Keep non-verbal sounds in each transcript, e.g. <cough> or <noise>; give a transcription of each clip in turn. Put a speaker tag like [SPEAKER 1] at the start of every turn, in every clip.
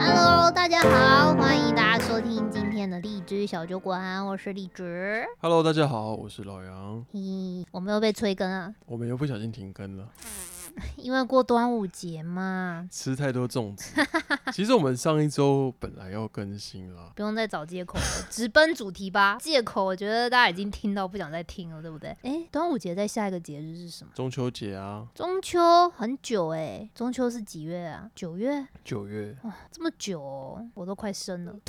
[SPEAKER 1] 大家好，欢迎大家收听今天的荔枝小酒馆，我是荔枝。
[SPEAKER 2] Hello，大家好，我是老杨。
[SPEAKER 1] 咦，我们又被催更啊，
[SPEAKER 2] 我们又不小心停更了，
[SPEAKER 1] 因为过端午节嘛，
[SPEAKER 2] 吃太多粽
[SPEAKER 1] <laughs>
[SPEAKER 2] 子。其实我们上一周本来要更新啦，
[SPEAKER 1] 不用再找借口了，直奔主题吧。借口我觉得大家已经听到不想再听了，对不对？诶，端午节在下一个节日是什么？
[SPEAKER 2] 中秋节啊，
[SPEAKER 1] 中秋很久诶，中秋是几月啊？九月，
[SPEAKER 2] 九月，
[SPEAKER 1] 这么久哦、我都快生了。 <sniffs>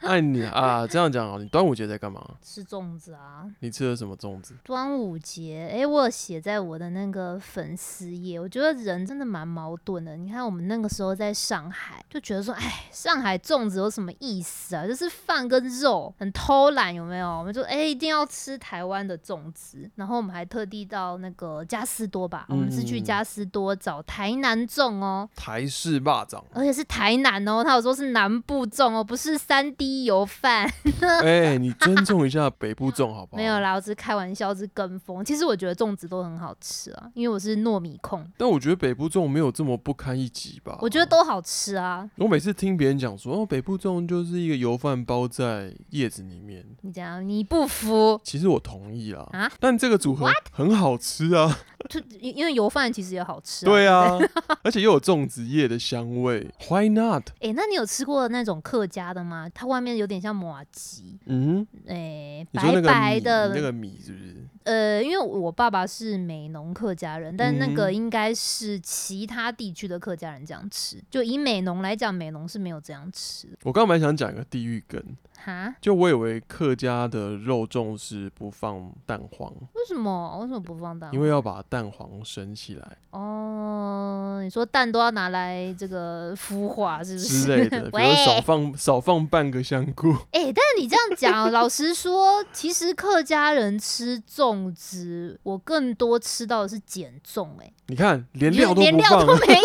[SPEAKER 2] 爱你啊！这样讲啊，你端午节在干嘛？
[SPEAKER 1] 吃粽子啊，
[SPEAKER 2] 你吃了什么粽子？
[SPEAKER 1] 端午节，诶，我有写在我的那个粉丝页，我觉得人真的蛮矛盾的。你看我们那个时候在上海，就觉得说，哎，上海粽子有什么意思啊？就是饭跟肉，很偷懒，有没有？我们就哎、诶一定要吃台湾的粽子，然后我们还特地到那个加斯多吧，我们是去
[SPEAKER 2] 嗯
[SPEAKER 1] 加斯多找台南粽哦。
[SPEAKER 2] 台式
[SPEAKER 1] <laughs>
[SPEAKER 2] 蚂蚱。
[SPEAKER 1] 而且是台南哦，他有说是南部粽哦，不是三滴油饭。
[SPEAKER 2] 哎、你尊重一下北部粽好不好？
[SPEAKER 1] 没有。啦，我只是开玩笑，是跟风。其实我觉得粽子都很好吃啊，因为我是糯米控，
[SPEAKER 2] 但我觉得北部粽没有这么不堪一击吧。
[SPEAKER 1] 我觉得。都好吃啊。
[SPEAKER 2] 我每次听别人讲说，哦，北部粽就是一个油饭包在叶子里面，
[SPEAKER 1] 你这样你不服？
[SPEAKER 2] 其实我同意啦。
[SPEAKER 1] 啊
[SPEAKER 2] 但这个组合很好吃啊。
[SPEAKER 1] 就因因为油饭其实也好吃、啊。
[SPEAKER 2] 对
[SPEAKER 1] 啊。
[SPEAKER 2] 啊， <laughs> 而且又有粽子叶的香味，Why not？
[SPEAKER 1] 哎、那你有吃过那种客家的吗？它外面有点像马吉，
[SPEAKER 2] 嗯，
[SPEAKER 1] 哎、
[SPEAKER 2] 你说
[SPEAKER 1] 白
[SPEAKER 2] 那个
[SPEAKER 1] 白
[SPEAKER 2] 米，
[SPEAKER 1] 的，
[SPEAKER 2] 那个米是不是？
[SPEAKER 1] 呃，因为我爸爸是美浓客家人，但那个
[SPEAKER 2] 嗯
[SPEAKER 1] 应该是其他地区的客家人这样吃。就以美浓来讲，美浓是没有这样吃的。
[SPEAKER 2] 我刚刚蛮想讲一个地域梗，
[SPEAKER 1] 哈？
[SPEAKER 2] 就我以为客家的肉粽是不放蛋黄，
[SPEAKER 1] 为什么？为什么不放蛋？
[SPEAKER 2] 因为要把蛋黄升起 <laughs> 来
[SPEAKER 1] 哦，你说蛋都要拿来这个孵化是不
[SPEAKER 2] 之
[SPEAKER 1] <laughs> 是？
[SPEAKER 2] 类的，比如
[SPEAKER 1] 喂
[SPEAKER 2] 少放少放半个香 <laughs> 菇。
[SPEAKER 1] 哎、但是你这样讲，老实说，其实客家人吃粽子，我更多吃到的是碱粽、哎，
[SPEAKER 2] 你看，连
[SPEAKER 1] 连
[SPEAKER 2] 料都
[SPEAKER 1] 连
[SPEAKER 2] 不
[SPEAKER 1] 料
[SPEAKER 2] 放
[SPEAKER 1] 都，没有， <laughs>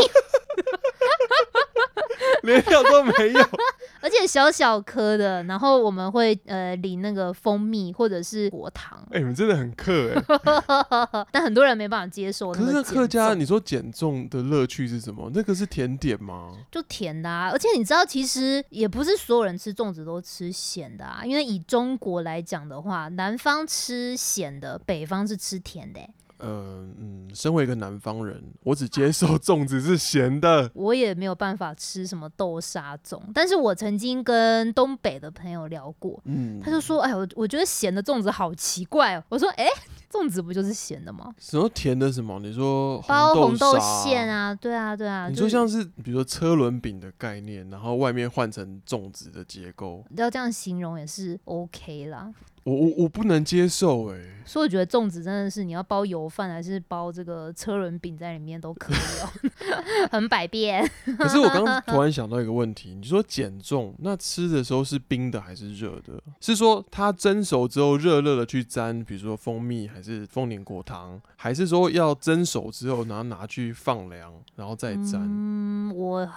[SPEAKER 2] <laughs> 连料都没有。
[SPEAKER 1] 而且小小颗的，然后我们会呃淋那个蜂蜜或者是果糖， <laughs>
[SPEAKER 2] 哎，你们真的很客哎。
[SPEAKER 1] 但很多人没办法接受
[SPEAKER 2] 可
[SPEAKER 1] 那个
[SPEAKER 2] 是那
[SPEAKER 1] 碱粽。
[SPEAKER 2] 客家，你说减重的乐趣是什么？那个是甜点吗？
[SPEAKER 1] 就甜的啊，而且你知道，其实也不是所有人吃粽子都吃咸的啊，因为以中国来讲的话，南方吃咸的，北方是吃甜的欸、
[SPEAKER 2] 呃嗯，身为一个南方人，我只接受 <laughs> 粽子是咸的。
[SPEAKER 1] 我也没有办法吃什么豆沙粽，但是我曾经跟东北的朋友聊过，
[SPEAKER 2] 嗯
[SPEAKER 1] 他就说：“哎，我我觉得咸的粽子好奇怪哦。”我说：“哎、粽子不就是咸的吗？
[SPEAKER 2] 什么甜的什么？你说
[SPEAKER 1] 包红豆
[SPEAKER 2] 沙
[SPEAKER 1] 馅？啊，对啊，对啊，
[SPEAKER 2] 你
[SPEAKER 1] 就是
[SPEAKER 2] 说像是比如说车轮饼的概念，然后外面换成粽子的结构，
[SPEAKER 1] 要这样形容也是 OK 啦。”
[SPEAKER 2] 我我我不能接受哎、
[SPEAKER 1] <laughs> 所以我觉得粽子真的是你要包油饭还是包这个车轮饼在里面都可以哦， <laughs> 很百变。
[SPEAKER 2] 可是我刚刚突然想到一个问题，你说减重，那吃的时候是冰的还是热的？是说它蒸熟之后热热的去沾，比如说蜂蜜还是丰年果糖，还是说要蒸熟之后然后拿去放凉，然后再沾？
[SPEAKER 1] 嗯，我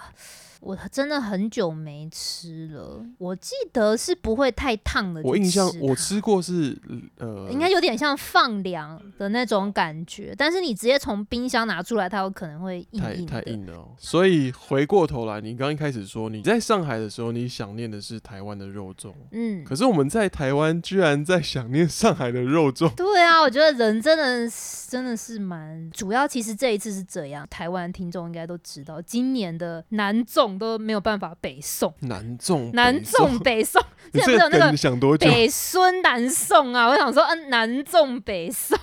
[SPEAKER 1] 我真的很久没吃了，我记得是不会太烫的就吃它。
[SPEAKER 2] 我印象我吃过是呃，
[SPEAKER 1] <laughs> 应该有点像放凉的那种感觉，但是你直接从冰箱拿出来，它有可能会硬
[SPEAKER 2] 太
[SPEAKER 1] 硬
[SPEAKER 2] 太
[SPEAKER 1] 的。
[SPEAKER 2] 硬了、哦。所以回过头来，你刚一开始说你在上海的时候，你想念的是台湾的肉粽，
[SPEAKER 1] 嗯，
[SPEAKER 2] 可是我们在台湾居然在想念上海的肉粽。
[SPEAKER 1] 对啊，我觉得人真的是真的是蛮主要。其实这一次是这样，台湾听众应该都知道，今年的南粽都没有办法北送，
[SPEAKER 2] 南粽，
[SPEAKER 1] 南
[SPEAKER 2] 北粽
[SPEAKER 1] 粽，北
[SPEAKER 2] <laughs>
[SPEAKER 1] 送，
[SPEAKER 2] 你
[SPEAKER 1] 之前不是有
[SPEAKER 2] 这个
[SPEAKER 1] 那
[SPEAKER 2] 梗
[SPEAKER 1] 个
[SPEAKER 2] 你想多久？
[SPEAKER 1] 北孙南送啊？我想说，嗯、南粽北送，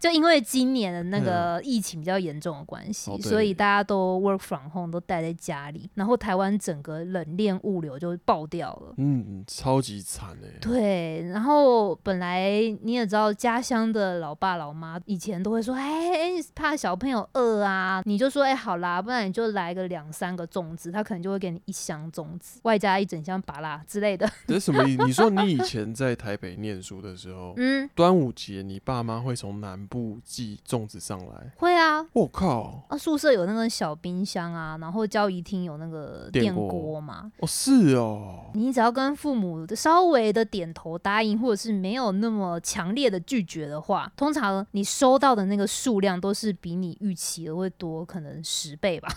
[SPEAKER 1] 就因为今年的那个疫情比较严重的关系，
[SPEAKER 2] 嗯哦对
[SPEAKER 1] 所以大家都 work from home 都待在家里，然后台湾整个冷链物流就爆掉了。
[SPEAKER 2] 嗯，超级惨哎、
[SPEAKER 1] 对，然后本来你也知道，家乡的老爸老妈以前都会说，哎、哎，你怕小朋友饿啊，你就说，哎、好啦，不然你就来个两三个粽子，他可能就会给你一箱粽子，外加一整箱拔辣之类的。 <laughs>
[SPEAKER 2] 这是什么意思？你说你以前在台北念书的时候，
[SPEAKER 1] 嗯，
[SPEAKER 2] 端午节你爸妈会从南部寄粽子上来？
[SPEAKER 1] 会啊。
[SPEAKER 2] 我靠！
[SPEAKER 1] 啊，宿舍有那个小冰箱啊，然后教育厅有那个
[SPEAKER 2] 电
[SPEAKER 1] 电
[SPEAKER 2] 锅
[SPEAKER 1] 锅嘛。
[SPEAKER 2] 哦，是哦，
[SPEAKER 1] 你只要跟父母稍微的点头答应，或者是没有那么强烈的拒绝的话，通常你收到的那个数量都是比你预期的会多，可能十倍吧。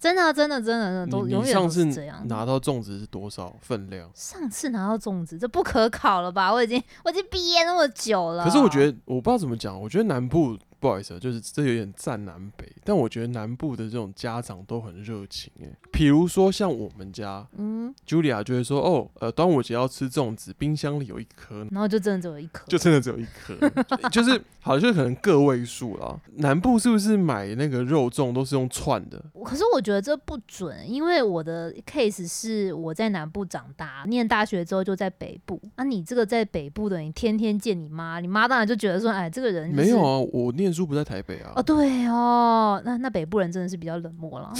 [SPEAKER 1] 真 <laughs> 真的真的真的真的嗯都
[SPEAKER 2] 你
[SPEAKER 1] 永
[SPEAKER 2] 你
[SPEAKER 1] 远都
[SPEAKER 2] 上次
[SPEAKER 1] 是这样。啊
[SPEAKER 2] 拿到粽子是多少分量？
[SPEAKER 1] 上次拿到粽子，这不可考了吧？我已经我已经毕业那么久了。
[SPEAKER 2] 可是我觉
[SPEAKER 1] 得，
[SPEAKER 2] 得，我不知道怎么讲，我觉得南部不好意思啊，就是这有点占南北，但我觉得南部的这种家长都很热情诶、比如说像我们家
[SPEAKER 1] 嗯，
[SPEAKER 2] Julia 就会说，哦，呃，端午节要吃粽子，冰箱里有一颗。
[SPEAKER 1] 然后就真的只有一颗，
[SPEAKER 2] 就真的只有一颗，
[SPEAKER 1] <laughs>
[SPEAKER 2] 就就是好，就可能个位数啦。南部是不是买那个肉粽都是用串的？
[SPEAKER 1] 可是我觉得这不准，因为我的 case 是我在南部长大，念大学之后就在北部。啊，你这个在北部的，你天天见你妈，你妈当然就觉得说，哎，这个人、就是、
[SPEAKER 2] 没有啊，我念书不在台北啊。
[SPEAKER 1] 哦，对哦，那那北部人真的是比较冷漠了。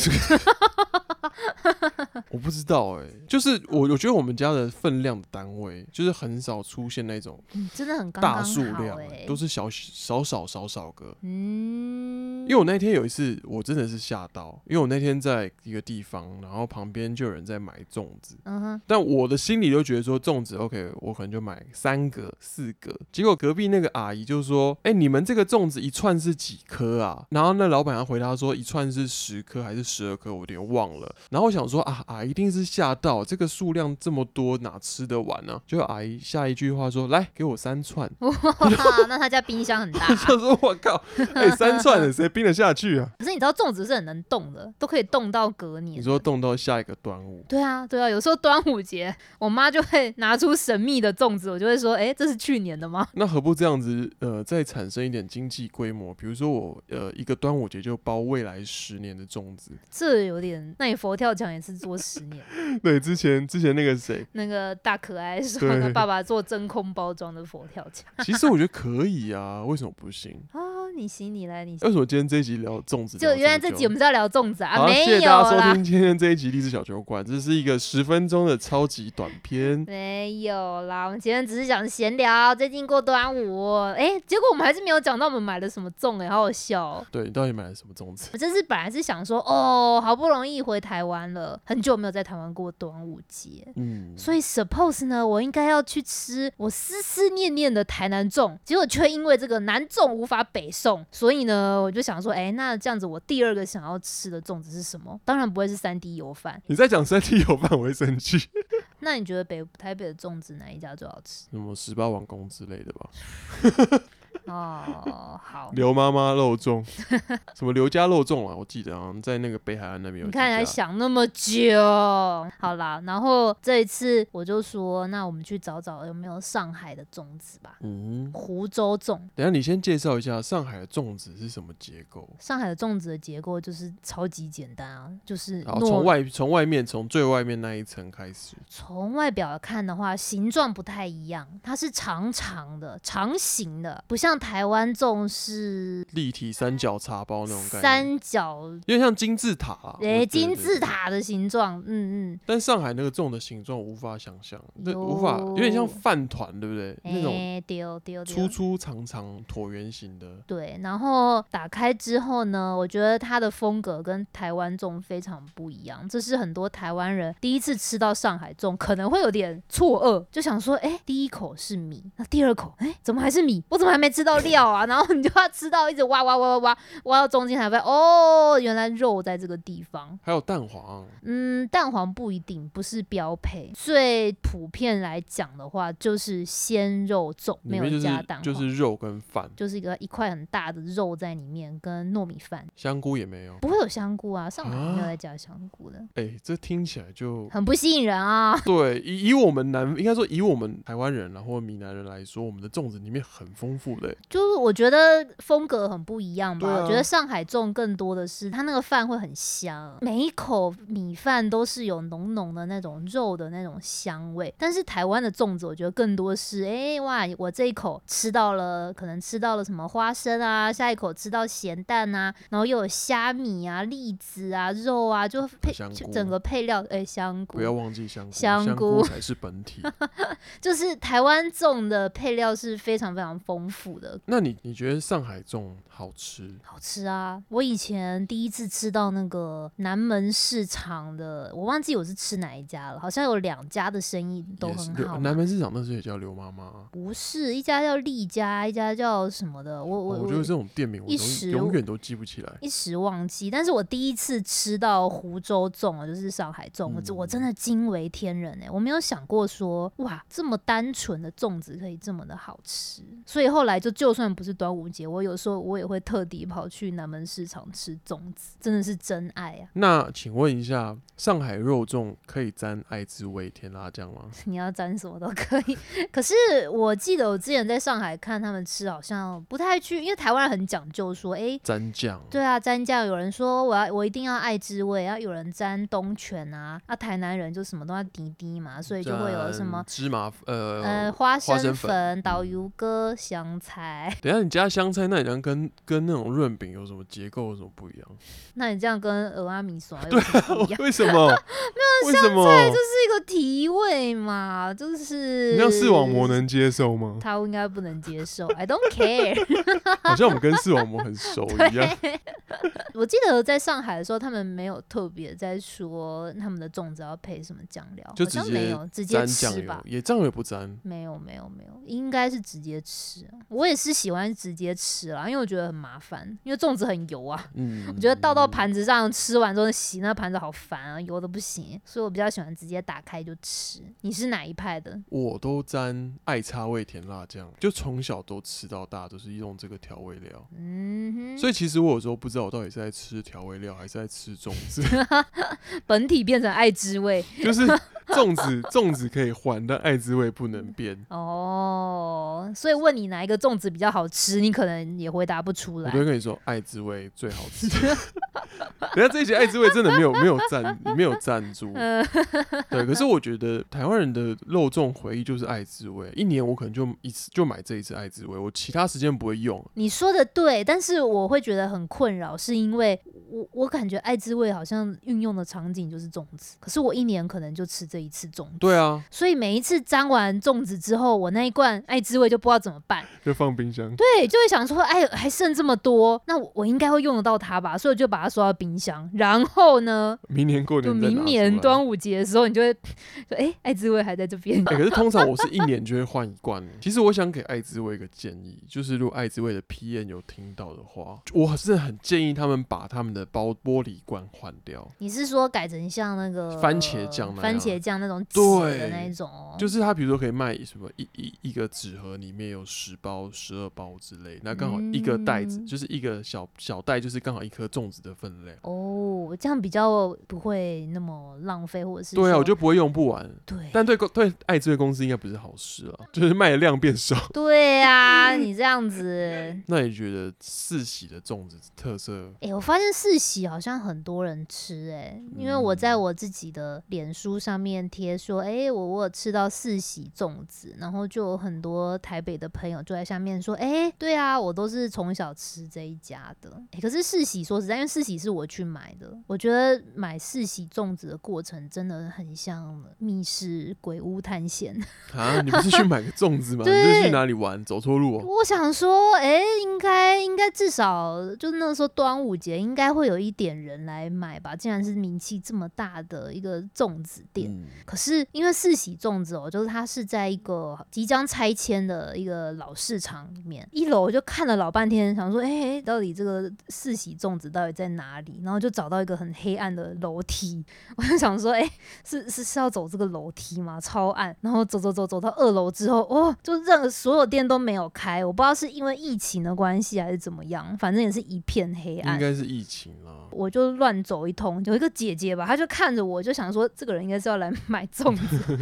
[SPEAKER 2] 我不知道哎、就是我我觉得我们家的分量的单位就是很少出现那种
[SPEAKER 1] 嗯真的很刚刚
[SPEAKER 2] 大
[SPEAKER 1] 好
[SPEAKER 2] 数量欸、
[SPEAKER 1] 欸
[SPEAKER 2] 都是小少少少少个。
[SPEAKER 1] 嗯，
[SPEAKER 2] 因为我那天有一次，我真的是吓到，因为我那天在一个地方，然后旁边就有人在买粽子，
[SPEAKER 1] 嗯哼， <laughs>
[SPEAKER 2] 但我的心里就觉得说粽子 OK，我可能就买三个、四个。结果隔壁那个阿姨就说：“哎、你们这个粽子一串是几颗啊？”然后那老板娘回答说：“一串是十颗还是十二颗？我有点忘了。”然后我想说啊，阿姨一定是吓到，这个数量这么多，哪吃得完呢、就阿姨下一句话说：“来，给我三串。”。
[SPEAKER 1] 哇，那他家冰箱很大
[SPEAKER 2] 就说：“我靠，哎、三串的谁冰得下去啊
[SPEAKER 1] 可是你知道粽子是很能冻的，都可以冻到隔？”年。
[SPEAKER 2] 你说冻到下一个端午，
[SPEAKER 1] 对啊，对啊，有时候端午节，我妈就会拿出神秘的粽子，我就会说，哎，这是去年的吗？
[SPEAKER 2] 那何不这样子？呃，再产生一点经济规模，比如说我呃一个端午节就包未来十年的粽子。 <laughs>
[SPEAKER 1] 这有点，那你佛跳墙也是做十年，
[SPEAKER 2] 对，之前之前那个谁，
[SPEAKER 1] 那个大可爱说他
[SPEAKER 2] 对
[SPEAKER 1] 爸爸做真空包装的佛跳
[SPEAKER 2] <laughs>
[SPEAKER 1] 墙
[SPEAKER 2] 其实我觉得可以啊，为什么不哦行？
[SPEAKER 1] 啊，你行你来你行，
[SPEAKER 2] 为什么今天这一集聊粽子
[SPEAKER 1] <laughs> 就
[SPEAKER 2] 聊么久？
[SPEAKER 1] 原来这集我们是要聊粽子啊，
[SPEAKER 2] 好，
[SPEAKER 1] 没
[SPEAKER 2] 谢
[SPEAKER 1] 有
[SPEAKER 2] 谢大家收
[SPEAKER 1] 啦，
[SPEAKER 2] 听今天这一集励志小酒馆，这是一个十分钟的超级短片。
[SPEAKER 1] 没有啦，我们今天只是想闲聊，最近过端午，哎，结果我们还是没有讲到我们买了什么粽，哎，好好笑、哦。
[SPEAKER 2] 对你到底买了什么粽子？
[SPEAKER 1] 我这次本来是想说，哦，好不容易回台湾了，很久没有在台湾过端午节，
[SPEAKER 2] 嗯，
[SPEAKER 1] 所以 suppose 呢，我应该要去吃我思思念念的台南粽，结果却因为这个南粽无法北送，所以呢，我就想说，哎、那这样子我第二个想要吃的粽子是什么？当然不会是三 D 油饭。
[SPEAKER 2] 你在讲身体有饭，我会生气。
[SPEAKER 1] 那你觉得北台北的粽子哪一家最好吃？
[SPEAKER 2] 什么十八王宫之类的吧？
[SPEAKER 1] 哦，好。
[SPEAKER 2] 刘妈妈肉粽，
[SPEAKER 1] <laughs>
[SPEAKER 2] 什么刘家肉粽啊？我记得好像在那个北海岸那边有
[SPEAKER 1] 你
[SPEAKER 2] 几
[SPEAKER 1] 看
[SPEAKER 2] 家。
[SPEAKER 1] 还想那么久，好啦，然后这一次我就说，那我们去找找有没有上海的粽子吧，
[SPEAKER 2] 嗯，
[SPEAKER 1] 湖州粽。
[SPEAKER 2] 等一下你先介绍一下上海的粽子是什么结构？
[SPEAKER 1] 上海的粽子的结构就是超级简单啊，就是
[SPEAKER 2] 好，
[SPEAKER 1] 糯
[SPEAKER 2] 从外从外面从最外面那一层开始。
[SPEAKER 1] 从外表看的话，形状不太一样，它是长长的、长形的，不像台湾粽是
[SPEAKER 2] 立体三角茶包那种概念，哦
[SPEAKER 1] 三角，
[SPEAKER 2] 有点像金字塔、啊。
[SPEAKER 1] 诶、
[SPEAKER 2] 我觉得
[SPEAKER 1] 金字。塔的形状。嗯嗯，
[SPEAKER 2] 但上海那个粽的形状无法想象，那
[SPEAKER 1] 有
[SPEAKER 2] 无法有点像饭团，对不对？那种
[SPEAKER 1] 诶、哦丢丢丢
[SPEAKER 2] 粗。粗长长椭圆形的，
[SPEAKER 1] 对，然后打开之后呢，我觉得它的风格跟台湾粽非常不一样，这是很多台湾人第一次吃到上海粽可能会有点错愕，就想说，哎，第一口是米，那第二口，哎，怎么还是米？我怎么还没吃到料啊？ <laughs> 然后你就要吃到一直挖挖挖挖挖挖到中间才发现，哦，原来肉在这个地方。
[SPEAKER 2] 还有蛋黄。
[SPEAKER 1] 嗯，蛋黄不一定不是标配，最普遍来讲的话就是鲜肉粽，没
[SPEAKER 2] 里面
[SPEAKER 1] 有
[SPEAKER 2] 就是
[SPEAKER 1] 加蛋黄。
[SPEAKER 2] 就是肉跟饭，
[SPEAKER 1] 就是一个一块很大的肉在里面，跟糯米饭，
[SPEAKER 2] 香菇也没有。
[SPEAKER 1] 不会有香菇啊，上海没有
[SPEAKER 2] 啊
[SPEAKER 1] 在加香菇的，
[SPEAKER 2] 哎、这听起来就
[SPEAKER 1] 很不吸引人啊。
[SPEAKER 2] 对，以以我们南，应该说以我们台湾人啊，或者闽南人来说，我们的粽子里面很丰富的欸、
[SPEAKER 1] 就是我觉得风格很不一样吧，
[SPEAKER 2] 对啊
[SPEAKER 1] 我觉得上海粽更多的是它那个饭会很香，每一口米饭都是有浓浓的那种肉的那种香味，但是台湾的粽子我觉得更多是，哎、哇，我这一口吃到了，可能吃到了什么花生啊，下一口吃到咸蛋啊，然后又有虾米啊、栗子啊、肉啊，就配
[SPEAKER 2] 香菇
[SPEAKER 1] 就整个配料，哎、香菇
[SPEAKER 2] 不，要忘记香菇，
[SPEAKER 1] 香
[SPEAKER 2] 香
[SPEAKER 1] 菇
[SPEAKER 2] 菇才是本体。 <laughs>
[SPEAKER 1] 就是台湾粽的配料是非常非常丰富的，
[SPEAKER 2] 那你你觉得上海粽好吃？
[SPEAKER 1] 好吃啊！我以前第一次吃到那个南门市场的，我忘记我是吃哪一家了，好像有两家的生意都
[SPEAKER 2] 也是
[SPEAKER 1] 很
[SPEAKER 2] 刘
[SPEAKER 1] 好嘛。
[SPEAKER 2] 南门市场那时候也叫刘妈啊妈。
[SPEAKER 1] 不是一家叫丽家，一家叫什么的，我我
[SPEAKER 2] 哦我觉得这种店名我
[SPEAKER 1] 一
[SPEAKER 2] 永
[SPEAKER 1] 时
[SPEAKER 2] 永
[SPEAKER 1] 我
[SPEAKER 2] 远都记不起来。
[SPEAKER 1] 一时忘记，但是我第一次吃到湖州粽啊，就是上海粽，我、
[SPEAKER 2] 嗯
[SPEAKER 1] 我真的惊为天人哎、我没有想过说哇，这么单纯的粽子可以这么的好吃，所以后来就就算不是端午节，我有时候我也会特地跑去南门市场吃粽子，真的是真爱啊！
[SPEAKER 2] 那请问一下，上海肉粽可以沾爱滋味甜辣酱吗？
[SPEAKER 1] 你要沾什么都可以。 <laughs> 可是我记得我之前在上海看他们吃，好像不太去，因为台湾人很讲究说，诶。
[SPEAKER 2] 沾酱，
[SPEAKER 1] 对啊，沾酱有人说我要我一定要爱滋味，然后有人沾东泉啊，啊台南人就什么都要滴滴嘛，所以就会有什
[SPEAKER 2] 沾
[SPEAKER 1] 么
[SPEAKER 2] 芝麻呃。
[SPEAKER 1] 呃花
[SPEAKER 2] 花生
[SPEAKER 1] 生
[SPEAKER 2] 粉
[SPEAKER 1] 粉、导游哥、香菜。 <laughs>
[SPEAKER 2] 等一下，你加香菜，那你这样跟跟那种润饼有什么结构有什么不一样？
[SPEAKER 1] 那你这样跟俄阿米耍
[SPEAKER 2] 啊
[SPEAKER 1] 有什么不一
[SPEAKER 2] <laughs>
[SPEAKER 1] 样？
[SPEAKER 2] 为什
[SPEAKER 1] <laughs>
[SPEAKER 2] 么？没有香菜就
[SPEAKER 1] 这是一个提味嘛，就是
[SPEAKER 2] 你让视网膜能接
[SPEAKER 1] <laughs>
[SPEAKER 2] 受吗？
[SPEAKER 1] 他应该不能接受，I don't care。
[SPEAKER 2] 好像我们跟视网膜很熟一样。
[SPEAKER 1] 我记得在上海的时候，他们没有特别在说他们的粽子要配什么酱料，
[SPEAKER 2] 就
[SPEAKER 1] 好像
[SPEAKER 2] 直接
[SPEAKER 1] 没有直接
[SPEAKER 2] 沾
[SPEAKER 1] 吃
[SPEAKER 2] 酱
[SPEAKER 1] 吧
[SPEAKER 2] 油，。也酱油不沾。
[SPEAKER 1] 没有没有没有，应该是直接吃啊。我也是喜欢直接吃啦，因为我觉得很麻烦，因为粽子很油啊。
[SPEAKER 2] 嗯，
[SPEAKER 1] 我觉得倒到盘子上，吃完之后洗那盘子好烦啊，油的不行，所以我比较喜欢直接打开就吃。你是哪一派的？
[SPEAKER 2] 我都沾爱插味甜辣酱，就从小都吃到大，都是用这个调味料。
[SPEAKER 1] 嗯哼，
[SPEAKER 2] 所以其实我有时候不知道我到底是在吃调味料还是在吃粽
[SPEAKER 1] <laughs>
[SPEAKER 2] 子，
[SPEAKER 1] 本体变成爱滋味
[SPEAKER 2] 就是粽子粽子可以换，但爱滋味不能变。
[SPEAKER 1] 哦。所以问你哪一个粽子比较好吃，你可能也回答不出
[SPEAKER 2] 我
[SPEAKER 1] 来
[SPEAKER 2] 都。会跟你说，爱滋味最好吃。 <laughs> 人家这一集爱滋味真的没有没有赞没有赞助，
[SPEAKER 1] <laughs> 嗯，
[SPEAKER 2] 对。可是我觉得台湾人的肉粽回忆就是爱滋味，一年我可能就一次就买这一次爱滋味，我其他时间不会用。
[SPEAKER 1] 你说的对，但是我会觉得很困扰，是因为我我感觉爱滋味好像运用的场景就是粽子，可是我一年可能就吃这一次粽子，
[SPEAKER 2] 对啊，
[SPEAKER 1] 所以每一次沾完粽子之后，我那一罐爱滋味就不知道怎么办，
[SPEAKER 2] 就放冰箱。 <laughs>
[SPEAKER 1] 对，就会想说，哎，还剩这么多，那我我应该会用得到它吧，所以我就把它收到冰箱，然后呢，
[SPEAKER 2] 明年过年
[SPEAKER 1] 就
[SPEAKER 2] 再拿
[SPEAKER 1] 明年
[SPEAKER 2] 出来
[SPEAKER 1] 端午节的时候，你就会说，哎，爱滋味还在这边， <laughs>
[SPEAKER 2] 欸 <laughs> 可是通常我是一年就会换一罐。其实我想给爱滋味一个建议，就是如果爱滋味的 PM 有听到的话，我是很建议他们把他们的包玻璃罐换掉。
[SPEAKER 1] 你是说改成像那个
[SPEAKER 2] 番茄酱那样啊
[SPEAKER 1] 番茄酱那种纸
[SPEAKER 2] 对
[SPEAKER 1] 的那一种哦，
[SPEAKER 2] 就是它，比如说可以卖什么一一一个纸盒里面有十包、十二包之类，那刚好一个袋子、
[SPEAKER 1] 嗯
[SPEAKER 2] 就是一个小小袋，就是刚好一颗粽子的分量。
[SPEAKER 1] 哦，这样比较不会那么浪费，或者是
[SPEAKER 2] 对啊，
[SPEAKER 1] 说
[SPEAKER 2] 我就不会用不完。
[SPEAKER 1] <laughs> 对
[SPEAKER 2] 但对公对爱滋味公司应该不是好事
[SPEAKER 1] <laughs>
[SPEAKER 2] 啊，就是卖的量变少。 <laughs>
[SPEAKER 1] 对啊，
[SPEAKER 2] 嗯
[SPEAKER 1] 你这样子，
[SPEAKER 2] 那你觉得四喜的粽子特色
[SPEAKER 1] 哎、我发现四喜好像很多人吃、诶，因为我
[SPEAKER 2] 嗯
[SPEAKER 1] 在我自己的脸书上面贴说，哎、我我有吃到四喜粽子，然后就有很多台北的朋友就在下面说，哎、对啊，我都是从小吃这一家的，哎、可是四喜说实在，因为四喜是我去买的，我觉得买四喜粽子的过程真的很像密室鬼屋探险。 <laughs>
[SPEAKER 2] 啊，你不是去买个粽子吗？你
[SPEAKER 1] 对
[SPEAKER 2] 是去哪里玩？走错路哦、
[SPEAKER 1] 我想说，哎、应该应该至少就那时候端午节应该会有一点人来买吧，竟然是名气这么大的一个粽子店。
[SPEAKER 2] 嗯，
[SPEAKER 1] 可是因为四喜粽子哦，就是它是在一个即将拆迁的一个老市场里面，一楼我就看了老半天，想说，哎、诶到底这个四喜粽子到底在哪里？然后就找到一个很黑暗的楼梯， <laughs> 我就想说，哎、是是是要走这个楼梯吗？超暗，然后走走走走到二楼之后，哦，就任何所有店都没有开，我不知道是因为疫情的关系还是怎么样，反正也是一片黑暗
[SPEAKER 2] 应。该是疫情
[SPEAKER 1] <laughs>
[SPEAKER 2] 啦。
[SPEAKER 1] 我就乱走一通，有一个姐姐吧，她就看着我，就想说这个人应该是要来买粽子，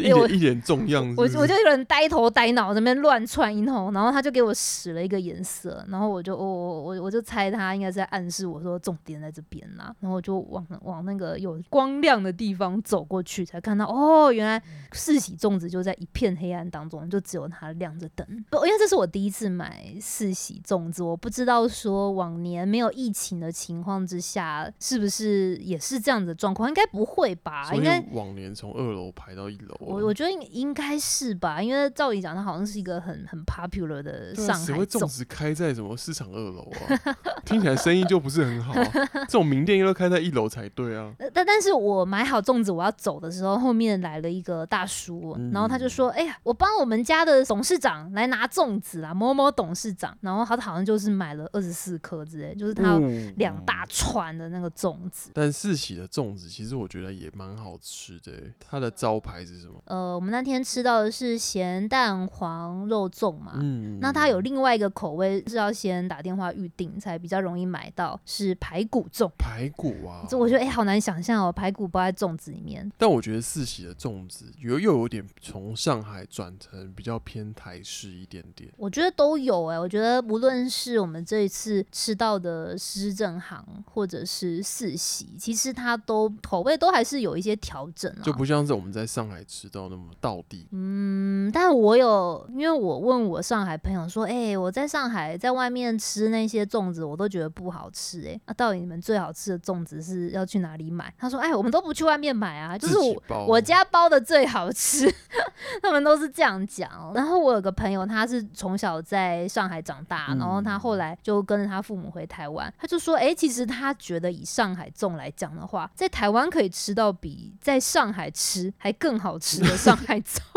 [SPEAKER 2] 一
[SPEAKER 1] 我
[SPEAKER 2] 脸一脸重样是
[SPEAKER 1] 我
[SPEAKER 2] 不是
[SPEAKER 1] 我就一个人呆头呆脑在那边乱窜一通，然后他就给我使了一个眼色，然后我就我我我我就猜他应该是在暗示我说重点在这边啦，然后我就往往那个有光亮的地方走过去，才看到哦，原来
[SPEAKER 2] 嗯
[SPEAKER 1] 四喜粽子就在一片黑暗当中，就只有它亮着灯。不，因为这是我第一次买四喜粽子，我不知道说往年没有疫情的情况之下，是不是也是这样子的状况？应该不会吧？
[SPEAKER 2] 所
[SPEAKER 1] 啊应
[SPEAKER 2] 以
[SPEAKER 1] 该
[SPEAKER 2] 往年从二楼排到一楼啊？
[SPEAKER 1] 我我觉得应应该是吧，因为照理讲，它好像是一个很很 popular 的
[SPEAKER 2] 对啊
[SPEAKER 1] 上
[SPEAKER 2] 谁
[SPEAKER 1] 海
[SPEAKER 2] 会
[SPEAKER 1] 粽
[SPEAKER 2] 种植开在什么市场二楼啊？ <laughs> 听起来生意就不是很好、啊。 <laughs> 这种名店应该开在一楼才对啊。
[SPEAKER 1] 呃但但是我买好粽子，我要走的时候，后面来了一个大叔，
[SPEAKER 2] 嗯
[SPEAKER 1] 然后他就说：“哎呀，我帮我们家的董事长来拿粽子啦，某某董事长。”然后他好像就是买了二十四颗之类，就是他
[SPEAKER 2] 嗯
[SPEAKER 1] 两大串的那个粽子。
[SPEAKER 2] 但四喜的粽子其实我觉得也蛮好吃的欸，它的招牌是什么？
[SPEAKER 1] 呃，我们那天吃到的是咸蛋黄肉粽嘛，
[SPEAKER 2] 嗯，
[SPEAKER 1] 啊那它有另外一个口味是要先打电话预定才比较容易买到，是排骨粽。
[SPEAKER 2] 排骨啊，
[SPEAKER 1] 这我觉得哎、好难想象哦，排骨包在粽子里面。
[SPEAKER 2] 但我觉得四喜的粽子又又有点从上海转成比较偏台式一点点。
[SPEAKER 1] 我觉得都有哎、我觉得无论是我们这一次吃到的施政行，或者是四喜，其实它都口味都还是有一些调整啊。
[SPEAKER 2] 就不像是我们在上海吃到那么道地，
[SPEAKER 1] 嗯，但我有，因为我问我上海朋友说，哎、我在上海在外面吃那些粽子，我都觉得不好吃、哎，那、到底你们最好吃的粽子是要去哪里买？他说，哎、我们都不去外面买啊，就是
[SPEAKER 2] 自己
[SPEAKER 1] 我
[SPEAKER 2] 包
[SPEAKER 1] 我家包的最好吃， <laughs> 他们都是这样讲哦。然后我有个朋友，他是从小在上海长大，
[SPEAKER 2] 嗯
[SPEAKER 1] 然后他后来就跟着他父母回台湾，他就说：“哎、其实他觉得以上海粽来讲的话，在台湾可以吃到比在上海吃还更好吃的上海粽。” <laughs>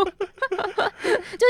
[SPEAKER 1] 就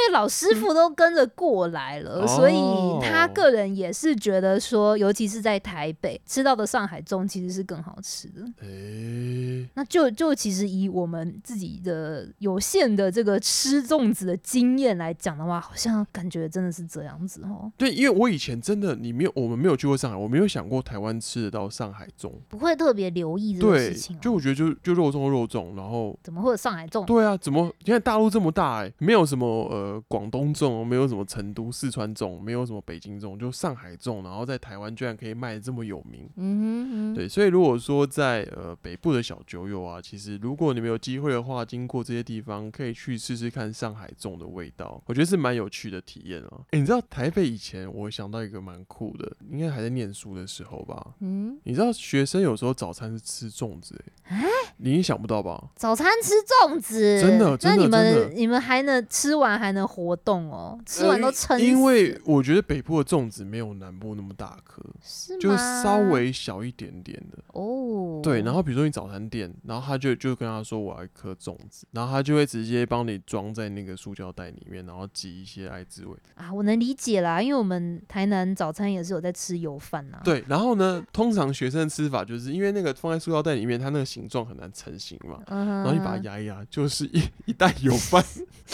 [SPEAKER 1] 是老师傅都跟着过来了，
[SPEAKER 2] 哦
[SPEAKER 1] 所以他个人也是觉得说，尤其是在台北吃到的上海粽其实是更好吃的。
[SPEAKER 2] 诶、
[SPEAKER 1] 那就就其实以我们自己的有限的这个吃粽子的经验来讲的话，好像感觉真的是这样子哦。
[SPEAKER 2] 对，因为我以前真的你没有，我们没有去过上海，我没有想过台湾吃得到上海粽。
[SPEAKER 1] 不会特别留意这个
[SPEAKER 2] 对
[SPEAKER 1] 事情、，哦，
[SPEAKER 2] 就我觉得就就肉粽就肉粽，然后
[SPEAKER 1] 怎么会有上海粽？
[SPEAKER 2] 对啊，怎么现在大陆这么大哎、没有什么呃广东粽，没有什么成都、四川粽，没有什么北京粽，就上海粽，然后在台湾居然可以卖的这么有名。
[SPEAKER 1] 嗯哼嗯哼，
[SPEAKER 2] 对，所以如果说在呃北部的小酒友啊，其实如果你们有机会的话，经过这些地方，可以去试试看上海粽的味道，我觉得是蛮有趣的体验啊。诶，你知道台北以前我想到一个蛮酷的，应该还在念书的时候吧？
[SPEAKER 1] 嗯，
[SPEAKER 2] 你知道学生有时候早餐是吃粽子、欸，
[SPEAKER 1] 啊
[SPEAKER 2] 你也想不到吧？
[SPEAKER 1] 早餐吃粽子，
[SPEAKER 2] 真的真的
[SPEAKER 1] 那你
[SPEAKER 2] 真
[SPEAKER 1] 们
[SPEAKER 2] 的
[SPEAKER 1] 你们还能吃完还能活动哦，吃
[SPEAKER 2] 呃
[SPEAKER 1] 完
[SPEAKER 2] 因
[SPEAKER 1] 都撑死、
[SPEAKER 2] 因为我觉得北部的粽子没有南部那么大颗，
[SPEAKER 1] 是吗
[SPEAKER 2] 就是稍微小一点点的。
[SPEAKER 1] 哦，
[SPEAKER 2] 对，然
[SPEAKER 1] 后
[SPEAKER 2] 后比如说你早餐店，然后他就就跟他说我要一颗粽子，然后他就会直接帮你装在那个塑胶袋里面，然后挤一些爱滋味。
[SPEAKER 1] 啊，我能理解啦，因为我们台南早餐也是有在吃油饭呐、啊，
[SPEAKER 2] 对，然后呢，通常学生吃法就是因为那个放在塑胶袋里面，它那个形状很难成型嘛，
[SPEAKER 1] 嗯哼，
[SPEAKER 2] 然后你把它压一压，就是一 <laughs> 一袋油饭， <laughs>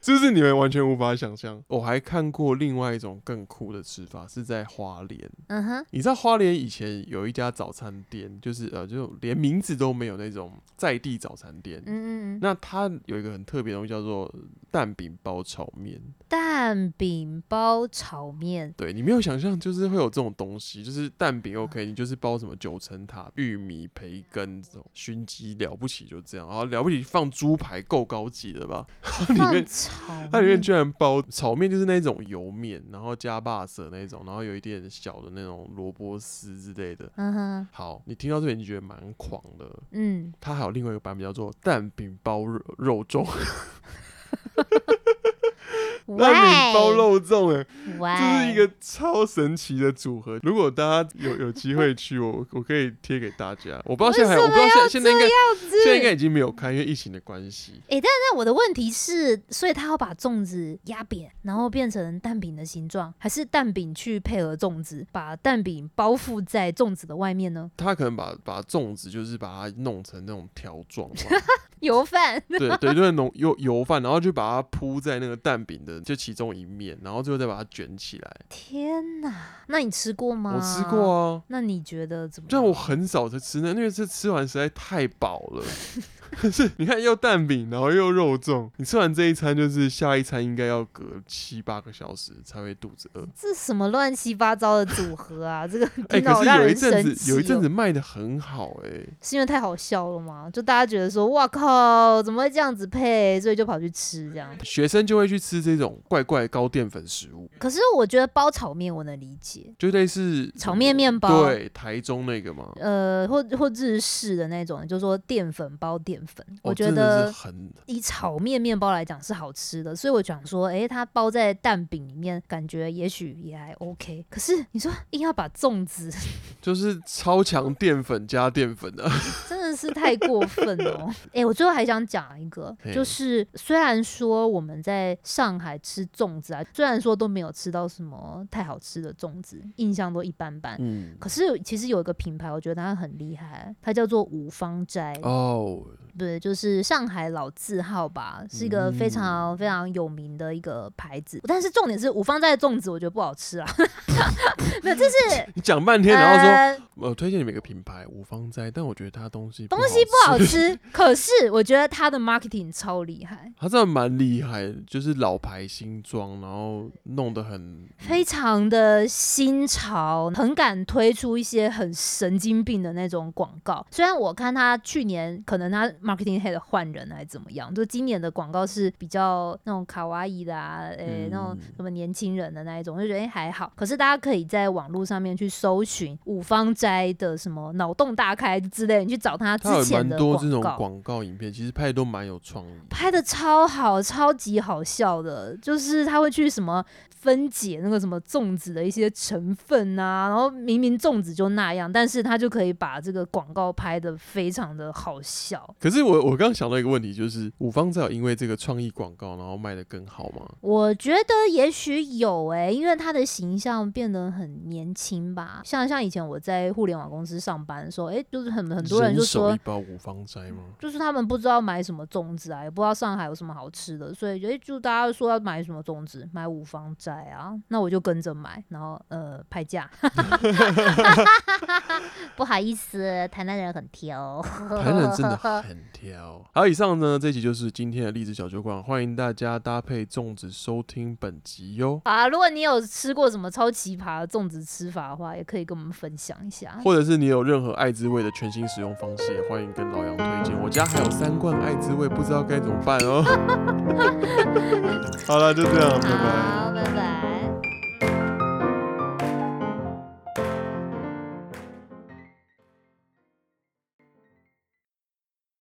[SPEAKER 2] 是不是你们完全无法想象？我还看过另外一种更酷的吃法，是在花莲。
[SPEAKER 1] 嗯哼，
[SPEAKER 2] 你知道花莲以前有一家早餐店，就是呃，就连名字都没有那种在地早餐店。
[SPEAKER 1] 嗯嗯嗯，
[SPEAKER 2] 那它有一个很特别的东西叫做蛋饼包炒面，
[SPEAKER 1] 蛋饼包炒面。
[SPEAKER 2] 对你没有想象，就是会有这种东西，就是蛋饼 OK，你就是包什么九层塔、玉米、培根这种熏鸡，了不起就这样，然后了不起放猪排，够高级的吧？它 <laughs> 里
[SPEAKER 1] 放
[SPEAKER 2] 面
[SPEAKER 1] 炒面，
[SPEAKER 2] 它里面居然包炒面，就是那种油面，然后加巴色那种，然后有一点小的那种萝卜丝之类的。
[SPEAKER 1] 嗯哼，
[SPEAKER 2] 好，你听到这边你觉得蛮狂的，
[SPEAKER 1] 嗯，
[SPEAKER 2] 它还有另外一个版本叫做蛋饼包肉肉粽。
[SPEAKER 1] 喂
[SPEAKER 2] <laughs> 蛋饼包，肉粽，哎， <laughs>
[SPEAKER 1] 喂，
[SPEAKER 2] 这是一个超神奇的组合。如果大家有有机会去，我我可以贴给大家。我不知道现在还有，我不知道现现在应该现在应该已经没有开，因为疫情的关系。
[SPEAKER 1] 那我的问题是，所以他要把粽子压扁，然后变成蛋饼的形状，还是蛋饼去配合粽子，把蛋饼包覆在粽子的外面呢？ <laughs>
[SPEAKER 2] 他可能把把粽子就是把它弄成那种条状嘛，
[SPEAKER 1] 油饭， <laughs>
[SPEAKER 2] 对对，就是浓油油饭，然后就把它铺在那个蛋饼的就其中一面，然后最后再把它卷起来。
[SPEAKER 1] 天哪！那你吃过吗？
[SPEAKER 2] 我吃过
[SPEAKER 1] 啊。
[SPEAKER 2] 啊，
[SPEAKER 1] 那你觉得怎么样？
[SPEAKER 2] 但我很少在吃那，因为这吃完实在太饱了。 <laughs> 是你看又蛋饼，然后又肉粽，你吃完这一餐就是下一餐应该要隔七八个小时才会肚子饿。
[SPEAKER 1] 这什么乱七八糟的组合啊！这个
[SPEAKER 2] 哎、
[SPEAKER 1] 听
[SPEAKER 2] 可
[SPEAKER 1] 到
[SPEAKER 2] 是
[SPEAKER 1] 让
[SPEAKER 2] 有一
[SPEAKER 1] 人
[SPEAKER 2] 阵
[SPEAKER 1] 生
[SPEAKER 2] 子
[SPEAKER 1] 气、哦
[SPEAKER 2] 有一阵子，卖的很好哎、
[SPEAKER 1] 是因为太好笑了嘛？就大家觉得说，哇靠，怎么会这样子配？所以就跑去吃这样。
[SPEAKER 2] 学生就会去吃这种怪怪高淀粉食物，
[SPEAKER 1] 可是我觉得包炒面我能理解，
[SPEAKER 2] 就类似
[SPEAKER 1] 炒面面包
[SPEAKER 2] 对，台中那个嘛，
[SPEAKER 1] 呃，或或日式的那种，就说淀粉包淀粉，
[SPEAKER 2] 哦
[SPEAKER 1] 我觉
[SPEAKER 2] 真的是
[SPEAKER 1] 得
[SPEAKER 2] 很
[SPEAKER 1] 以炒面面包来讲是好吃的，所以我想说，诶、它包在蛋饼里面，感觉也许也还 OK。可是你说硬要把粽子，
[SPEAKER 2] 就是超强淀粉加淀
[SPEAKER 1] <laughs>
[SPEAKER 2] 粉的、
[SPEAKER 1] 真的是太过分了哦。 <laughs> 诶、我最后还想讲一个，
[SPEAKER 2] 嘿
[SPEAKER 1] 就是虽然说我们在上海吃粽子啊，虽然说都没有吃到什么太好吃的粽子，印象都一般般。
[SPEAKER 2] 嗯，
[SPEAKER 1] 可是有其实有一个品牌，我觉得它很厉害，它叫做五芳斋。
[SPEAKER 2] 哦，
[SPEAKER 1] 对，就是上海老字号吧，是一个非常
[SPEAKER 2] 嗯
[SPEAKER 1] 非常有名的一个牌子。但是重点是五芳斋的粽子，我觉得不好吃啊。没有，这是
[SPEAKER 2] 你讲半天，然后说，
[SPEAKER 1] 呃
[SPEAKER 2] 我、推荐你们一个品牌五芳斋，但我觉得它东西
[SPEAKER 1] 东西不
[SPEAKER 2] 好
[SPEAKER 1] 好
[SPEAKER 2] 吃， <laughs>
[SPEAKER 1] 吃，可是我觉得它的 marketing 超厉害，
[SPEAKER 2] 它真的蛮厉害的，就是老牌新装，然后弄得很
[SPEAKER 1] 非常的新潮，很敢推出一些很神经病的那种广告。虽然我看他去年可能他 marketing head 换人还是怎么样，就今年的广告是比较那种卡哇伊的啊，诶、
[SPEAKER 2] 嗯
[SPEAKER 1] 那种什么年轻人的那一种，我就觉得、诶还好。可是大家可以在网络上面去搜寻五芳斋的什么脑洞大开之类，你去找他之
[SPEAKER 2] 它有
[SPEAKER 1] 前
[SPEAKER 2] 蛮
[SPEAKER 1] 的
[SPEAKER 2] 多这种
[SPEAKER 1] 广告。
[SPEAKER 2] 广告影片，其实拍的都蛮有创意的。
[SPEAKER 1] 拍的超好，超级好笑的，就是他会去什么分解那个什么粽子的一些成分啊，然后明明粽子就那样，但是他就可以把这个广告拍的非常的好笑。
[SPEAKER 2] 可是我我刚刚想到一个问题，就是五芳斋有因为这个创意广告，然后卖的更好吗？
[SPEAKER 1] 我觉得也许有诶、因为他的形象变得很年轻吧。像像以前我在互联网公司上班的时候，诶、就是很很多人就
[SPEAKER 2] 手
[SPEAKER 1] 说
[SPEAKER 2] 一，包五芳斋
[SPEAKER 1] <laughs>
[SPEAKER 2] 吗？
[SPEAKER 1] 就是他们不知道买什么粽子啊，也不知道上海有什么好吃的，所以就诶就大家说要买什么粽子，买五芳斋啊，那我就跟着买，然后呃拍价， <laughs> 不好意思，台南人很挑，
[SPEAKER 2] 台南真的很挑。好，以上呢，这集就是今天的荔枝小酒馆，欢迎大家搭配粽子收听本集哟。
[SPEAKER 1] 啊，如果你有吃过什么超奇葩的粽子吃法的话，也可以跟我们分享一下。
[SPEAKER 2] 或者是你有任何爱滋味的全新使用方式，也欢迎跟老杨推荐。我家还有三罐爱滋味，不知道该怎么办哦。好了，就这样，拜拜。
[SPEAKER 1] 好。